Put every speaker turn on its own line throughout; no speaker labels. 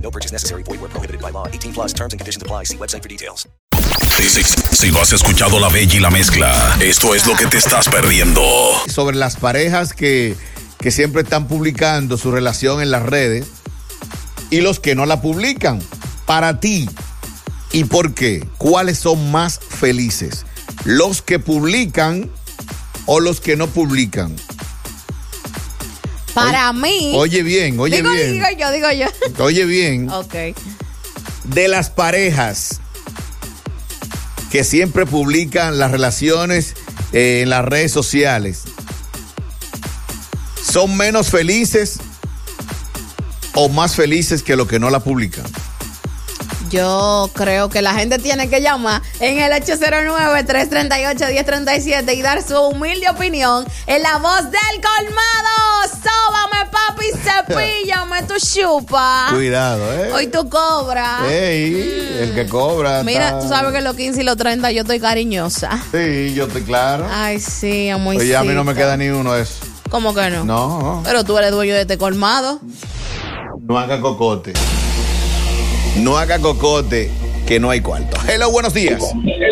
No purchase necessary. Void where prohibited by law. 18 plus terms and conditions apply. See website for details.
Si, si, si no has escuchado La Bella y la Mezcla, esto es lo que te estás perdiendo.
Sobre las parejas que, que siempre están publicando su relación en las redes y los que no la publican para ti y por qué? ¿Cuáles son más felices? ¿Los que publican o los que no publican?
Para mí.
Oye bien, oye
digo,
bien.
Digo yo, digo yo.
Oye bien,
Ok.
de las parejas que siempre publican las relaciones eh, en las redes sociales, ¿son menos felices o más felices que los que no la publican?
Yo creo que la gente tiene que llamar en el 809-338-1037 y dar su humilde opinión en la voz del colmado. Sóbame, papi, cepíllame tu chupa.
Cuidado, ¿eh?
Ah. Hoy tú cobras.
Ey, el que cobra.
Mira,
está-
tú sabes que los 15 y los 30 yo estoy cariñosa.
Sí, yo te claro.
Ay, sí, muy
Oye, a mí no me queda ni uno de eso.
¿Cómo que no?
No,
Pero tú eres dueño de este colmado.
no haga cocote. No haga cocote, que no hay cuarto. Hello, buenos días.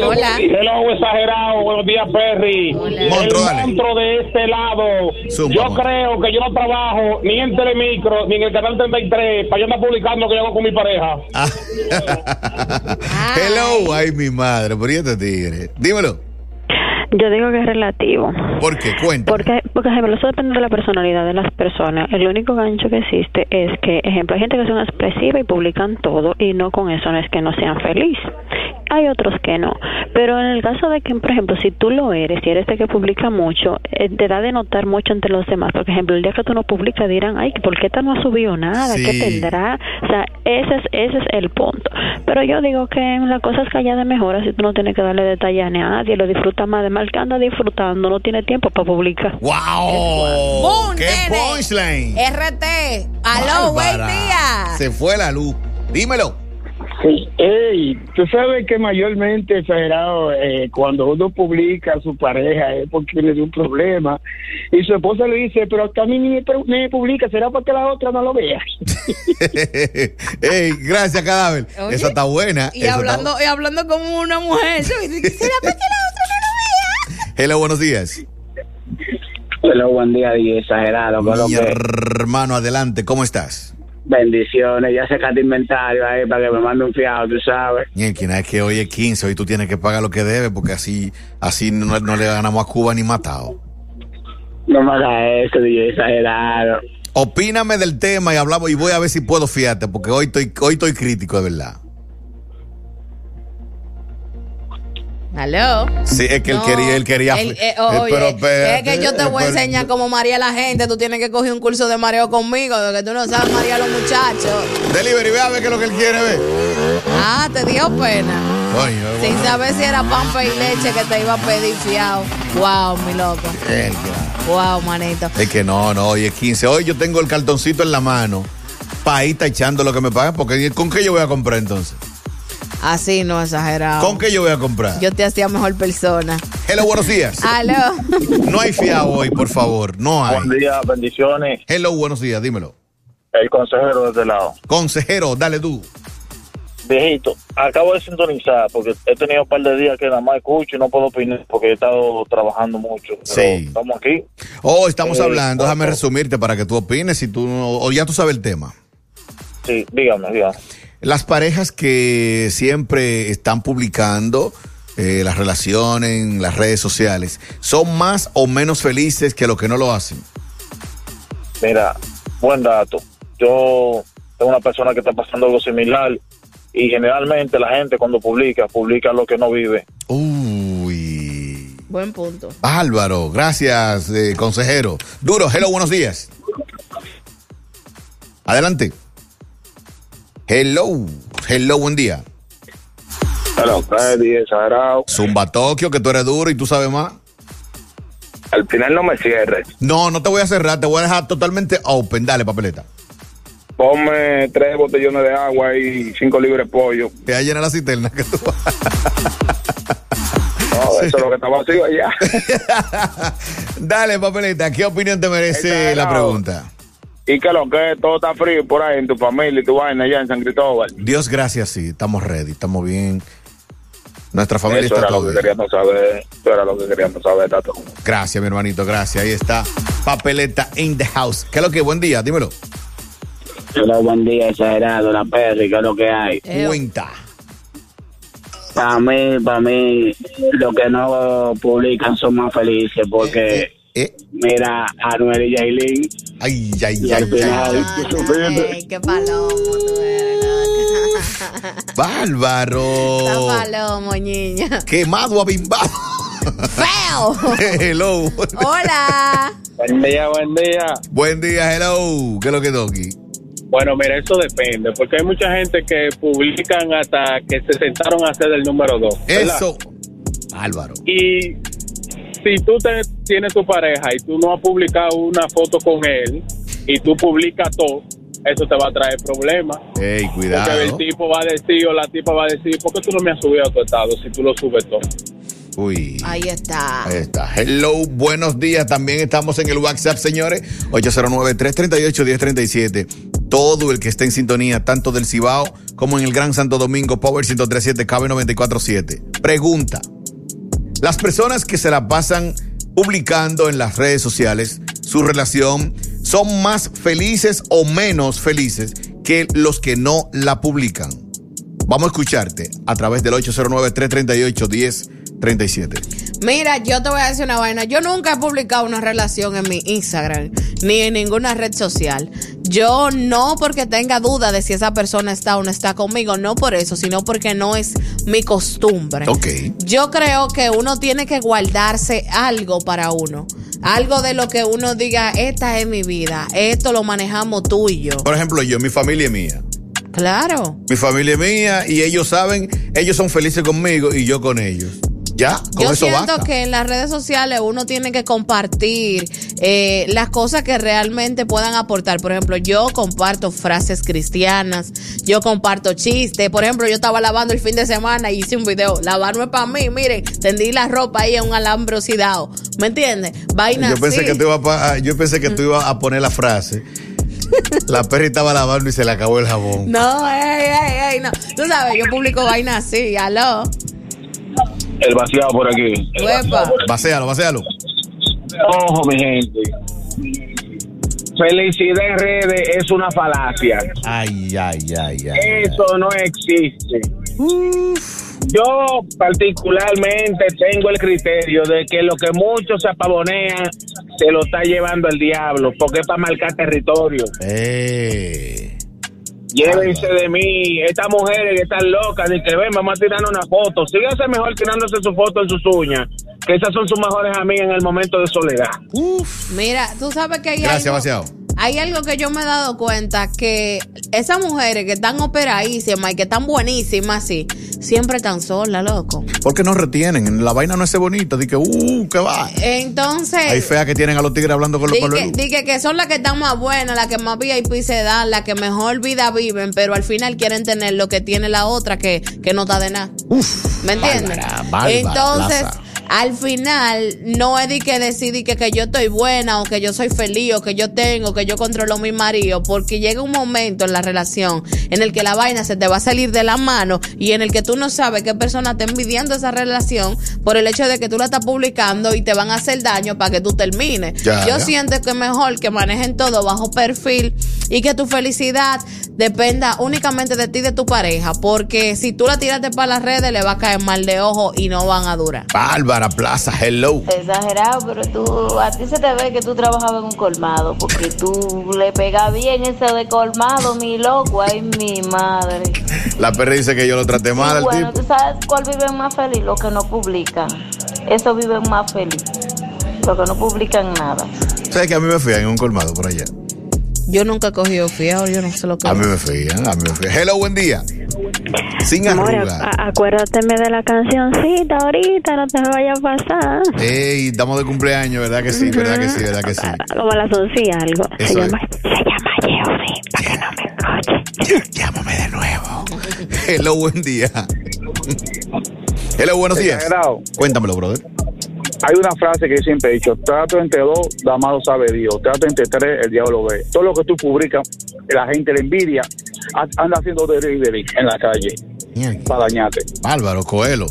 Hola.
Hello, exagerado. Buenos días, Perry.
Monstruo,
el
dale.
monstruo de este lado.
Zumba,
yo
monstruo.
creo que yo no trabajo ni en Telemicro ni en el canal 33 para yo andar publicando lo que yo hago con mi pareja.
Ah. Hello, ay, mi madre, por este tigre. Dímelo,
Yo digo que es relativo.
¿por qué? Cuenta.
Porque, porque ejemplo, eso depende de la personalidad de las personas. El único gancho que existe es que, ejemplo, hay gente que son expresivas y publican todo y no con eso no es que no sean felices. Hay otros que no. Pero en el caso de que, por ejemplo, si tú lo eres, si eres de que publica mucho, eh, te da de notar mucho entre los demás. Por ejemplo, el día que tú no publicas dirán, ay, ¿por qué esta no ha subido nada? ¿Qué
Sí.
tendrá? O sea, ese es, ese es el punto. Pero yo digo que las cosas calladas mejoran si tú no tienes que darle detalle a nadie, lo disfrutas más. Además, el que anda disfrutando no tiene tiempo para publicar.
¡Wow!
Boom,
¡Qué
nene.
punchline!
RT. Aló, buen
Bárbara.
día.
Se fue la luz. Dímelo.
Ey, tú sabes que mayormente, exagerado, eh, cuando uno publica a su pareja es porque tiene un problema y su esposa le dice, pero acá a mí ni me, pre- ni me publica, será porque la otra no lo vea.
Ey, gracias, cadáver.
Oye.
Esa está buena.
Y
esa está
hablando, y hablando como una mujer. ¿sabes? ¿Será porque la otra no lo vea?
bu- Hello, buenos días.
Hola, buen día, y exagerado. con lo
Mi
que-
hermano, adelante, ¿cómo estás?
Bendiciones, ya sacaste inventario ahí para que me mande un fiado, tú sabes.
Ñequina, es que hoy es 15, hoy tú tienes que pagar lo que debes porque así así no, no le ganamos a Cuba ni matado.
No me hagas eso, DJ exagerado.
Opíname del tema y hablamos y voy a ver si puedo fiarte porque hoy estoy hoy estoy crítico de verdad.
Aló.
Sí, es que él
No,
quería él quería
él- eh,
eh,
oye,
pero
es que yo te voy a
espérate,
enseñar cómo marear a la gente. Tú tienes que coger un curso de mareo conmigo, porque tú no sabes marear a los muchachos.
Delivery, ve a ver qué es lo que él quiere ver.
Ah, te dio pena.
Coño,
Sin
bueno,
saber si era pampa y leche que te iba a pedir fiado. Wow, mi loco.
él que-
Wow, manito.
Es que no, no, hoy es 15. Hoy yo tengo el cartoncito en la mano para ir tachando lo que me pagan porque ¿con qué yo voy a comprar entonces?
Así no exagerado.
¿Con qué yo voy a comprar?
Ah, Yo Ah. te hacía mejor persona.
Hello, buenos días.
Aló.
No hay fiado hoy, por favor. No hay.
Buen día, bendiciones.
Hello, buenos días, dímelo.
El consejero de este lado.
Consejero, dale tú.
Viejito, acabo de sintonizar porque he tenido un par de días que nada más escucho y no puedo opinar porque he estado trabajando mucho. Pero
Sí.
Estamos aquí.
Oh, estamos
Eh,
hablando, déjame
¿cuánto?
resumirte para que tú opines si tú no- o ya tú sabes el tema.
Sí, dígame, dígame.
Las parejas que siempre están publicando eh, las relaciones en las redes sociales son más o menos felices que los que no lo hacen.
Mira, buen dato. Yo tengo una persona que está pasando algo similar y generalmente la gente cuando publica, publica lo que no vive.
Uy,
Buen punto.
bárbaro. Gracias, eh, consejero. Duro, hello, buenos días. Adelante. Hello, hello, buen día.
Pero, Freddy, exagerado.
Zumba Tokio, que tú eres duro y tú sabes más.
Al final no me cierres.
No, no te voy a cerrar, te voy a dejar totalmente open. Dale, papeleta.
Ponme tres botellones de agua y cinco libres de pollo.
Te va a llenar la cisterna que tú
No, eso es lo que está vacío allá.
Dale, papeleta, ¿qué opinión te merece
Está
la
ganado.
pregunta?
y que lo que es, todo está frío por ahí en tu familia y tu vaina allá en San Cristóbal.
Dios gracias, sí, estamos ready, estamos bien. Nuestra familia
eso
está
era
todo
lo que
bien.
queríamos saber. Eso era lo que queríamos saber, Tato.
Gracias, mi hermanito, gracias. Ahí está, papeleta in the house. ¿Qué es lo que? Buen día, dímelo.
Pero buen día, exagerado, la perra, ¿qué es lo que hay?
Eh.
Cuenta.
Para mí, para mí, lo que no publican son más felices porque,
Eh,
mira, Anuel y Jailin,
Ay, ay,
Y al
ay, ay,
final-
ay.
Ay, qué palomo tú eres, loca. Está
Bárbaro.
palomo, niña.
Quemado a bimbao.
¡Feo! Oh.
hello.
Hola.
Buen día, buen día.
Buen día, hello. ¿Qué es lo que Doki?
Bueno, mira, eso depende, porque hay mucha gente que publican hasta que se sentaron a hacer el número dos. ¿verdad?
Eso. Álvaro.
Y si tú te- tienes tu pareja y tú no has publicado una foto con él y tú publicas todo, eso te va a traer problemas.
Ey,
Porque
cuidado.
el tipo va a decir o la tipa va a decir, ¿por qué tú no me has subido a tu estado si tú lo subes todo?
Uy.
Ahí está.
Ahí está. ¿eh? Hello, buenos días. También estamos en el WhatsApp, señores. 809-338-1037. Todo el que esté en sintonía, tanto del Cibao como en el Gran Santo Domingo, Power 1037, KB 947. Pregunta. Las personas que se la pasan publicando en las redes sociales su relación, ¿son más felices o menos felices que los que no la publican? Vamos a escucharte a través del 809-338-1037.
Mira, yo te voy a decir una vaina. Yo nunca he publicado una relación en mi Instagram, ni en ninguna red social. Yo no porque tenga duda de si esa persona está o no está conmigo, no por eso, sino porque no es mi costumbre.
Ok.
Yo creo que uno tiene que guardarse algo para uno. Algo de lo que uno diga, esta es mi vida, esto lo manejamos tú y yo.
Por ejemplo, yo, mi familia es mía.
Claro.
Mi familia es mía y ellos saben, ellos son felices conmigo y yo con ellos. Ya, con
Yo
eso
siento
basta.
que en las redes sociales uno tiene que compartir eh, las cosas que realmente puedan aportar. Por ejemplo, yo comparto frases cristianas, yo comparto chistes. Por ejemplo, yo estaba lavando el fin de semana y hice un video. Lavar no es para mí, miren, tendí la ropa ahí en un alambre oxidado. ¿Me entiendes? Vaina
yo pensé
así.
que tú ibas pa- ah, yo pensé que tú ibas a poner la frase. La perra estaba lavando y se le acabó el jabón.
No, ey, ey, ey, no. Tú sabes, yo publico vaina así, aló.
El vaciado por aquí. El
Uepa.
vaciado por
Vacéalo, vacéalo.
Ojo, mi gente. Felicidad en redes es una falacia.
Ay, ay, ay, ay.
Eso no existe. Yo particularmente tengo el criterio de que lo que muchos se apavonean se lo está llevando el diablo, porque es para marcar territorio.
Eh.
Llévense de mí, estas mujeres que están locas, de que ven, vamos a tirarnos una foto. Síganse mejor tirándose su foto en sus uñas, que esas son sus mejores amigas en el momento de soledad.
Uf.
Mira, tú sabes que hay
Gracias,
algo,
vaciado.
hay algo que yo me he dado cuenta, que esas mujeres que están operadísimas y que están buenísimas, sí, siempre están solas, loco.
Porque no retienen. La vaina no es bonita. Dice, uh, qué va.
Entonces...
Hay feas que tienen a los tigres hablando con los
Dije,
pueblos.
dije Eh. que son las que están más buenas, las que más VIP se dan, las que mejor vida viven, pero al final quieren tener lo que tiene la otra que, que no está de nada. ¿Me entiendes?
bárbara, bárbara,
Entonces,
Plaza.
al final, no es de que decidí que, que yo estoy buena o que yo soy feliz o que yo tengo, que yo controlo a mi marido, porque llega un momento en la relación en el que la vaina se te va a salir de la mano y en el que tú no sabes qué persona está envidiando esa relación por el hecho de que tú la estás publicando y te van a hacer daño para que tú termines.
Ya,
yo
ya.
siento que mejor que manejen todo bajo perfil y que tu felicidad dependa únicamente de ti y de tu pareja, porque si tú la tiraste para las redes le va a caer mal de ojo y no van a durar.
Bárbara Plaza, hello.
Exagerado, pero tú, a ti se te ve que tú trabajabas en un colmado, porque tú le pegas bien ese de colmado, mi loco, ay mi madre.
La perra dice que yo lo traté mal
Y
al
bueno,
tipo.
tú sabes cuál viven más feliz, los que no publican. Esos viven más feliz, los que no publican nada.
¿Sabes que a mí me fían en un colmado por allá?
Yo nunca he cogido fiado, yo no sé lo que
A mí me fían, a mí me fían. Hello, buen día. Sin
More,
arruga.
a- acuérdateme de la cancioncita ahorita, no te me vaya a pasar.
Ey, estamos de cumpleaños, ¿verdad que sí? ¿Verdad que sí? ¿Verdad que sí?
Como a las once y algo. Se
Eso es.
llama, se llama Geoffrey, para que no me encoche.
Llámame de nuevo. Hello, buen día. Hello, buenos días.
Exagerado.
Cuéntamelo, brother.
Hay una frase que yo siempre he dicho, trato entre dos, damado sabe Dios, trato entre tres, el diablo ve. Todo lo que tú publicas, la gente le envidia, a- anda haciendo delivery en la calle para dañarte.
Álvaro, Coelho.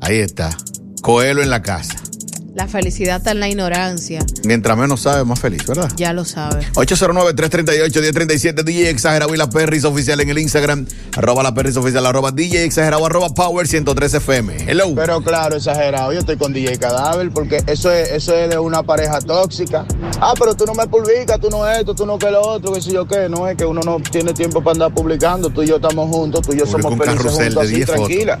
Ahí está. Coelho en la casa.
La felicidad está en la ignorancia,
Mientras menos sabe, más feliz, ¿verdad?
ya lo sabes.
809-338-1037 DJ Exagerado y la Perris Oficial en el Instagram. Arroba la Perris Oficial, arroba DJ Exagerado, arroba Power 103 FM. Hello.
Pero claro, exagerado. Yo estoy con DJ Cadáver porque eso es, eso es de una pareja tóxica. Ah, pero tú no me publicas, tú no esto, tú no que lo otro, que sé yo qué. No es que uno no tiene tiempo para andar publicando. Tú y yo estamos juntos, tú y yo
Publicó un
somos felices
carrusel
juntos,
de
así
10 fotos.
tranquila.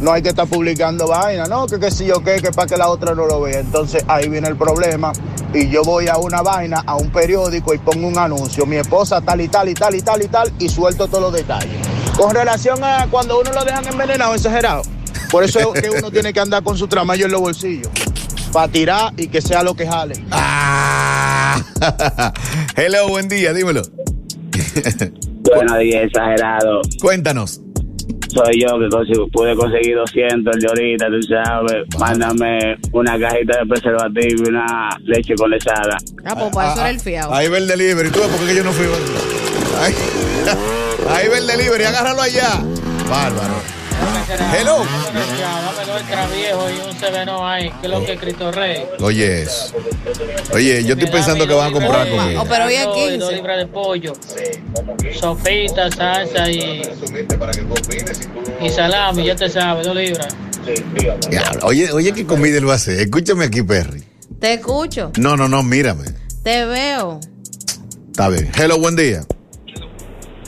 No hay que estar publicando vaina, no, que qué sé yo qué, que para que la otra no lo vea. Entonces ahí viene el problema. Y yo voy a una vaina, a un periódico y pongo un anuncio. Mi esposa tal y tal y tal y tal y tal y suelto todos los detalles. Con relación a cuando uno lo dejan envenenado, exagerado. Por eso es que uno tiene que andar con su tramallo en los bolsillos. Para tirar y que sea lo que jale.
Ah. Hello, buen día, dímelo.
Bueno, dije exagerado.
Cuéntanos.
Soy yo que consi- pude conseguir 200 el de ahorita, tú sabes. Mándame una cajita de preservativo y una leche condensada.
Ah, pues para eso era el fiado.
Ahí ve el delivery. ¿Tú ves por qué yo no fui? Ahí, ahí ve el delivery. Agárralo allá. Bárbaro. Hello.
Dame dos extra viejos y un seveno ahí, que es lo que Cristo Rey.
Oye, eso. Oye, yo estoy pensando que van a comprar
Oh,
conmigo.
pero hoy es 15. Dos libras de pollo, sopita, salsa y, y salami, ya te sabes, dos libras.
Diablo, Oye, oye, qué comida él va a hacer. Escúchame aquí, Perry.
Te escucho,
No, no, no, mírame.
te veo.
Está bien. Hello, buen día.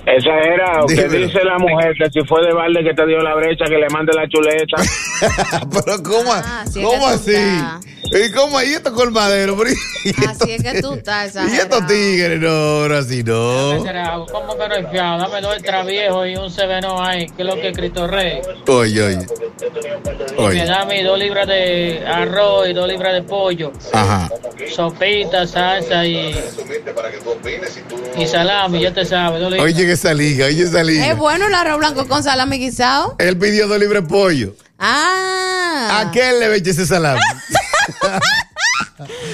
Exagerado, que
Dímelo.
dice la mujer que si fue de balde que te dio la brecha, que le mande la chuleta.
pero ¿cómo,
Ah, así es
¿cómo
que tú
así? ¿Y cómo ahí estos colmaderos? Pero ¿Y
Así es que tú estás
y estos
exagerado.
tigres? No, ahora sí no.
Será, ¿Cómo que no es fiado? Dame dos extra viejos y un seveno ahí, que es lo que Cristo Rey.
Oye, oye.
Y
Oye.
me da mis dos libras de arroz y dos libras de pollo,
Ajá.
sopita, salsa y, y salami, ya te sabes, dos libras.
Oye, que esa liga, oye, esa liga.
Es bueno el arroz blanco con salami guisado.
Él pidió dos libres de pollo.
Ah,
¿A qué él le ve ese salami?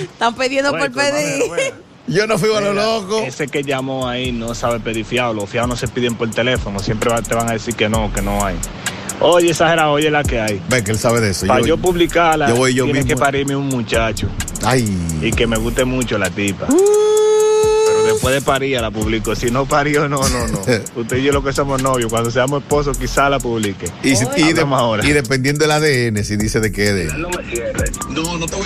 están pidiendo por pedir.
Yo no fui a lo loco.
Ese que llamó ahí no sabe pedir fiado. Los fiados no se piden por teléfono. Siempre va- te van a decir que no, que no hay. Oye, exagerado, oye la que hay.
Ve que él sabe de eso.
Para yo, publicarla,
yo voy yo
tiene
mismo.
que parirme un muchacho.
Ay.
Y que me guste mucho la tipa. Pero después de parir la publico. Si no parió, no, no, no. Usted y yo lo que somos novios. Cuando seamos esposos, quizá la publique.
Y, si- y, de-
Hablamos ahora.
y dependiendo del ADN, si dice de qué ADN.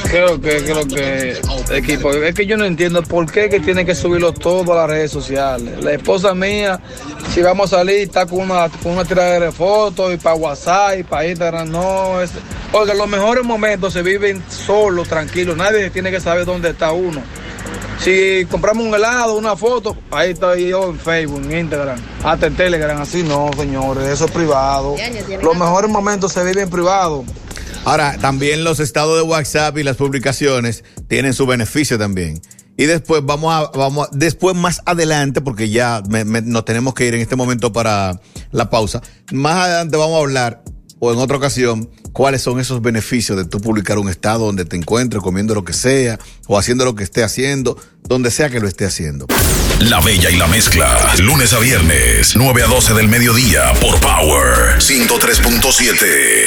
Creo que, creo que, equipo, es que yo no entiendo por qué que tienen que subirlo todo a las redes sociales. La esposa mía, si vamos a salir, está con una, con una tiradera de fotos y para WhatsApp y para Instagram, no. Es, oiga, los mejores momentos se viven solos, tranquilos, nadie tiene que saber dónde está uno.
Si compramos un helado, una foto, ahí estoy yo en Facebook, en Instagram, hasta en Telegram. Así no, señores, eso es privado. Los mejores momentos se viven privados.
Ahora, también los estados de WhatsApp y las publicaciones tienen su beneficio también. Y después vamos a, vamos a- después más adelante, porque ya me- me- nos tenemos que ir en este momento para la pausa. Más adelante vamos a hablar, o en otra ocasión, cuáles son esos beneficios de tú publicar un estado donde te encuentres comiendo lo que sea, o haciendo lo que esté haciendo, donde sea que lo esté haciendo.
La Bella y la Mezcla. Lunes a viernes, 9 a 12 del mediodía por Power 103.7.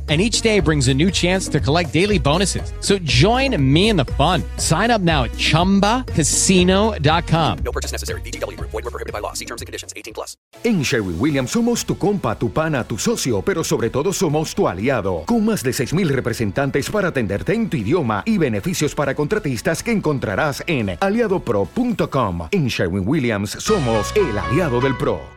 And each day brings a new chance to collect daily bonuses. So join me in the fun. Sign up now at chumbacasino.com.
No purchase necessary. BGW. Void were prohibited by law. See terms and conditions. 18 plus.
En Sherwin Williams somos tu compa, tu pana, tu socio, pero sobre todo somos tu aliado, con más de 6.000 representantes para atenderte en tu idioma y beneficios para contratistas que encontrarás en aliadopro.com. En Sherwin Williams somos el aliado del PRO.